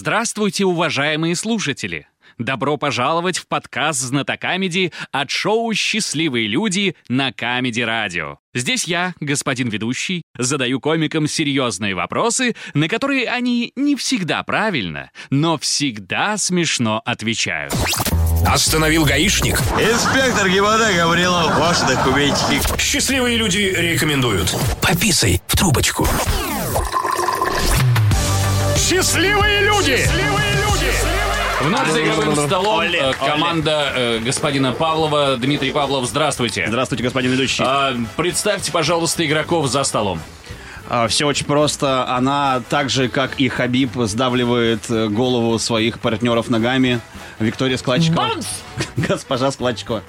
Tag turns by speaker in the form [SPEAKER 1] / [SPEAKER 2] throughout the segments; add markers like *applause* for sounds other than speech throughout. [SPEAKER 1] Здравствуйте, уважаемые слушатели! Добро пожаловать в подкаст «Знатокамеди» от шоу «Счастливые люди» на Камеди Радио. Здесь я, господин ведущий, задаю комикам серьезные вопросы, на которые они не всегда правильно, но всегда смешно отвечают.
[SPEAKER 2] Остановил гаишник.
[SPEAKER 3] Инспектор ГИБДД Гаврилов, ваши документики.
[SPEAKER 2] Счастливые люди рекомендуют. Пописай в трубочку. Счастливые люди!
[SPEAKER 1] Вновь за игровым столом э, команда э, господина Павлова. Дмитрий Павлов, здравствуйте.
[SPEAKER 4] Здравствуйте, господин ведущий.
[SPEAKER 1] А, Представьте, пожалуйста, игроков за столом.
[SPEAKER 4] все А, очень просто. Она так же, как и Хабиб, сдавливает э, голову своих партнеров ногами. Виктория Складчикова. *laughs* Госпожа Складчикова.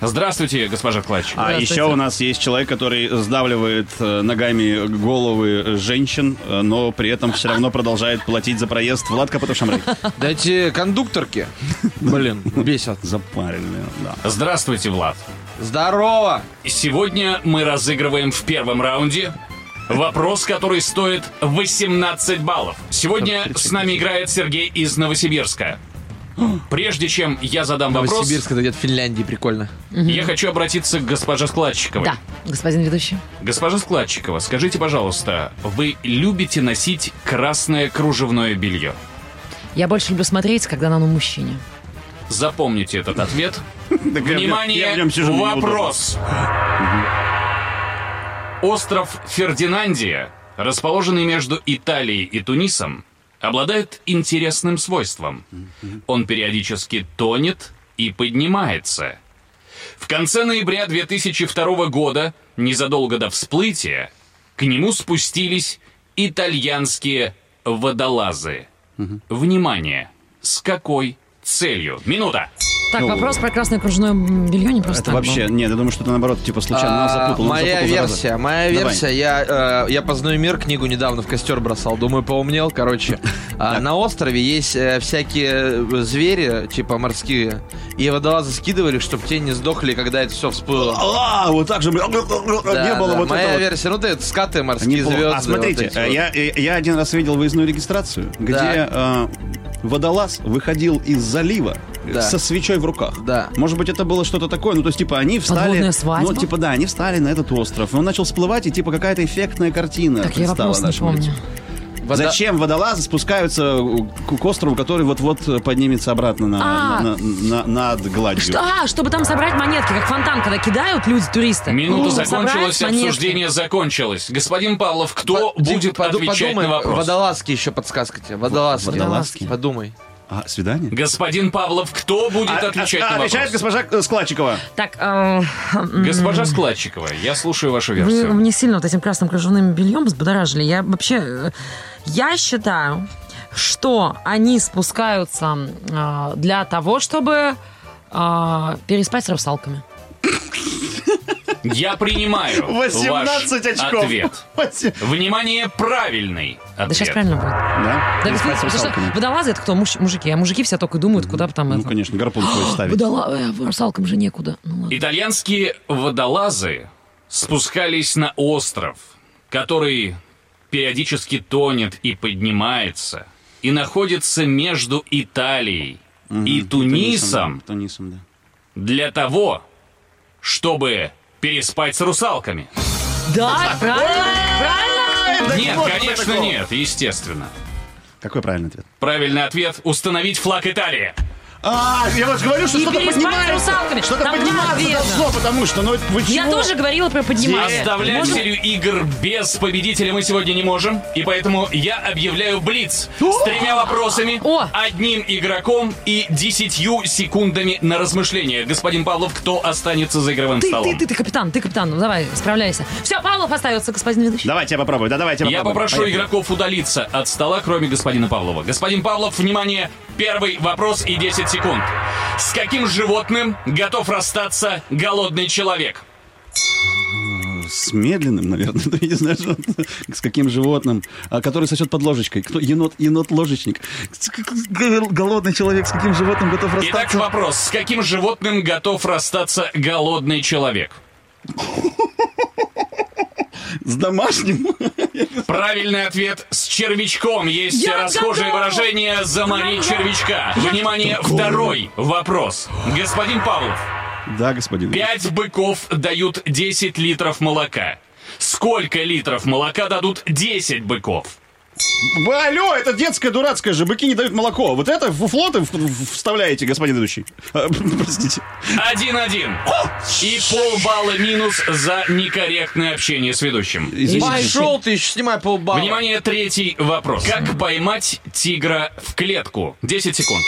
[SPEAKER 1] Здравствуйте, госпожа Клач.
[SPEAKER 4] А
[SPEAKER 5] Здравствуйте.
[SPEAKER 4] еще у нас есть человек, который сдавливает э, ногами головы женщин, э, но при этом все равно продолжает платить за проезд. Влад Капотов Шамрай.
[SPEAKER 6] Дайте кондукторки. Блин, бесят.
[SPEAKER 4] Запарили, да.
[SPEAKER 1] Здравствуйте, Влад.
[SPEAKER 6] Здорово!
[SPEAKER 1] Сегодня мы разыгрываем в первом раунде вопрос, который стоит 18 баллов. Сегодня с нами играет Сергей из Новосибирска. Прежде чем я задам вопрос,
[SPEAKER 6] Новосибирск, это где-то в Финляндии, прикольно.
[SPEAKER 1] я хочу обратиться к госпоже Складчиковой.
[SPEAKER 5] Да, господин ведущий.
[SPEAKER 1] Госпожа Складчикова, скажите, пожалуйста, вы любите носить красное кружевное белье?
[SPEAKER 5] Я больше люблю смотреть, когда на мужчине.
[SPEAKER 1] Запомните этот ответ.
[SPEAKER 4] Так я в нем- я в
[SPEAKER 1] Внимание,
[SPEAKER 4] нем сижу, мне неудобно.
[SPEAKER 1] вопрос. Остров Фердинандия, расположенный между Италией и Тунисом, обладает интересным свойством. Он периодически тонет и поднимается. В конце ноября 2002 года, незадолго до всплытия, к нему спустились итальянские водолазы. Внимание, с какой целью? Минута.
[SPEAKER 5] Так, вопрос про красное кружевное м, белье не просто
[SPEAKER 4] Это
[SPEAKER 5] так был.
[SPEAKER 4] вообще, нет, я думаю, что ты наоборот, типа, случайно нас
[SPEAKER 6] А,
[SPEAKER 4] запутал. нас
[SPEAKER 6] моя
[SPEAKER 4] запутал, зараза.
[SPEAKER 6] версия, моя
[SPEAKER 4] Давай.
[SPEAKER 6] версия. Я, э, я познаю мир, книгу недавно в костер бросал, думаю, поумнел, короче. А, На острове есть э, всякие э, звери, типа морские, и водолазы скидывали, чтобы те не сдохли, когда это все всплыло.
[SPEAKER 4] А, вот так же. бля,
[SPEAKER 6] Да,
[SPEAKER 4] Не было
[SPEAKER 6] да.
[SPEAKER 4] вот
[SPEAKER 6] Моя
[SPEAKER 4] этого.
[SPEAKER 6] версия, ну ты скаты морские,
[SPEAKER 4] Неплохо.
[SPEAKER 6] звезды.
[SPEAKER 4] А смотрите,
[SPEAKER 6] вот эти вот.
[SPEAKER 4] я, э, я один раз видел выездную регистрацию, где э, водолаз выходил из залива э,
[SPEAKER 6] Да.
[SPEAKER 4] со свечой в руках.
[SPEAKER 6] Да.
[SPEAKER 4] Может быть, это было что-то такое. Ну, то есть, типа, они встали.
[SPEAKER 5] Подводная свадьба?
[SPEAKER 4] Ну, типа, да, они встали на этот остров. и Он начал всплывать, и типа какая-то эффектная картина.
[SPEAKER 5] Так, я
[SPEAKER 4] предстала
[SPEAKER 5] вопрос не
[SPEAKER 4] нашему
[SPEAKER 5] помню.
[SPEAKER 4] лицу. Зачем водолазы спускаются э, к, к острову, который вот-вот э, поднимется обратно на,
[SPEAKER 5] А.
[SPEAKER 4] на- на- на- над гладью?
[SPEAKER 5] Что? А, чтобы там собрать монетки, как фонтан, когда кидают люди, туристы.
[SPEAKER 1] Минута
[SPEAKER 5] Ну,
[SPEAKER 1] закончилась,
[SPEAKER 5] собрать монетки.
[SPEAKER 1] обсуждение закончилось. Господин Павлов, кто
[SPEAKER 6] Дим,
[SPEAKER 1] будет
[SPEAKER 6] поду-
[SPEAKER 1] отвечать
[SPEAKER 6] подумай,
[SPEAKER 1] на вопрос?
[SPEAKER 6] Водолазки еще подсказка тебе. Водолазки.
[SPEAKER 4] водолазки?
[SPEAKER 6] Подумай.
[SPEAKER 4] А, свидание?
[SPEAKER 1] Господин Павлов, кто будет
[SPEAKER 4] А-
[SPEAKER 1] отвечать
[SPEAKER 4] а-
[SPEAKER 1] на вопрос?
[SPEAKER 4] отвечает госпожа э, Складчикова.
[SPEAKER 5] Так, э,
[SPEAKER 1] Госпожа Складчикова, я слушаю вашу
[SPEAKER 5] мне,
[SPEAKER 1] версию.
[SPEAKER 5] мне сильно вот этим красным кружевным бельем взбудоражили. Я вообще... э, Я считаю, что они спускаются э, для того, чтобы э, переспать с русалками.
[SPEAKER 1] Я принимаю
[SPEAKER 4] 18
[SPEAKER 1] ваш
[SPEAKER 4] очков.
[SPEAKER 1] ответ.
[SPEAKER 4] Вася.
[SPEAKER 1] Внимание, правильный
[SPEAKER 5] Да сейчас
[SPEAKER 1] ответ.
[SPEAKER 5] правильно будет.
[SPEAKER 4] Да?
[SPEAKER 5] Да,
[SPEAKER 4] Переспать
[SPEAKER 5] господи,
[SPEAKER 4] с
[SPEAKER 5] потому что
[SPEAKER 4] русалками.
[SPEAKER 5] водолазы это кто? Муж- мужики. А мужики все только и думают, куда бы там
[SPEAKER 4] Ну,
[SPEAKER 5] это.
[SPEAKER 4] конечно, гарпун свой ставить.
[SPEAKER 5] Водола- э, Русалкам же некуда. Ну ладно.
[SPEAKER 1] Итальянские водолазы спускались на остров, который периодически тонет и поднимается, и находится между Италией и Тунисом
[SPEAKER 4] Тунисом, да.
[SPEAKER 1] для того, чтобы переспать с русалками.
[SPEAKER 5] Да, правильно, правильно.
[SPEAKER 1] Нет, конечно, нет, естественно.
[SPEAKER 4] Какой правильный ответ?
[SPEAKER 1] Правильный ответ – установить флаг Италии.
[SPEAKER 4] А, я вот говорю, что
[SPEAKER 5] И переспать с русалками.
[SPEAKER 4] Что-то
[SPEAKER 5] Там
[SPEAKER 4] поднимается
[SPEAKER 5] надо,
[SPEAKER 4] должно, потому что, ну вы чего?
[SPEAKER 5] Я тоже говорила про поднимание.
[SPEAKER 1] Оставлять
[SPEAKER 5] Э, Можно-
[SPEAKER 1] серию игр без победителя мы сегодня не можем, и поэтому я объявляю Блиц с тремя вопросами,
[SPEAKER 5] О!
[SPEAKER 1] одним игроком и десятью секундами на размышление. Господин Павлов, кто останется за игровым
[SPEAKER 5] Ты,
[SPEAKER 1] столом?
[SPEAKER 5] ты, ты, ты капитан, ты капитан, ну давай, справляйся. Все, Павлов остается, господин ведущий.
[SPEAKER 4] Давайте я попробую, да, давайте
[SPEAKER 1] Я попрошу
[SPEAKER 4] Поехали.
[SPEAKER 1] игроков удалиться от стола, кроме господина Павлова. Господин Павлов, внимание, первый вопрос и 10 секунд. С каким животным готов расстаться голодный человек?
[SPEAKER 4] С медленным, наверное, *laughs* ну, я не знаю, что- с каким животным, а, который сосет под ложечкой. Кто? Енот, енот-ложечник. С- как- гол- Голодный человек, с каким животным готов
[SPEAKER 1] Итак,
[SPEAKER 4] расстаться?
[SPEAKER 1] вопрос. С каким животным готов расстаться голодный человек?
[SPEAKER 4] С домашним? *laughs*
[SPEAKER 1] Правильный ответ с червячком. Есть
[SPEAKER 5] Я
[SPEAKER 1] расхожее
[SPEAKER 5] готова!
[SPEAKER 1] выражение «заморить червячка». Внимание, второй вопрос. Господин Павлов,
[SPEAKER 4] Да, господин.
[SPEAKER 1] пять быков дают 10 литров молока. Сколько литров молока дадут 10 быков?
[SPEAKER 4] Б- Алло, это детская дурацкая же, быки не дают молоко. Вот это в флоты вставляете, господин ведущий. А, *laughs* Простите.
[SPEAKER 1] Один-один. И полбалла минус за некорректное общение с ведущим.
[SPEAKER 6] Пошел ты еще, снимай полбалла.
[SPEAKER 1] Внимание, третий вопрос. Как поймать тигра в клетку? 10 секунд.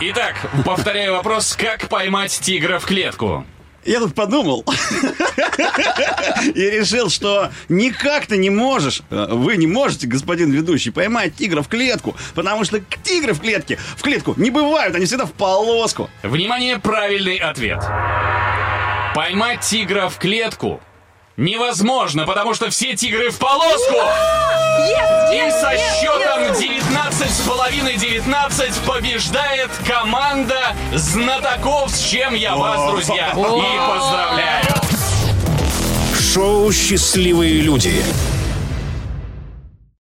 [SPEAKER 1] Итак, повторяю вопрос, как поймать тигра в клетку?
[SPEAKER 4] Я тут подумал *laughs* и решил, что никак ты не можешь, э, вы не можете, господин ведущий, поймать тигра в клетку, потому что к- тигры в клетке, в клетку не бывают, они всегда в полоску.
[SPEAKER 1] Внимание, правильный ответ. Поймать тигра в клетку невозможно, потому что все тигры в полоску. И со счетом 19 с половиной 19 побеждает команда знатоков, с чем я вас, друзья, и поздравляю.
[SPEAKER 2] Шоу «Счастливые люди».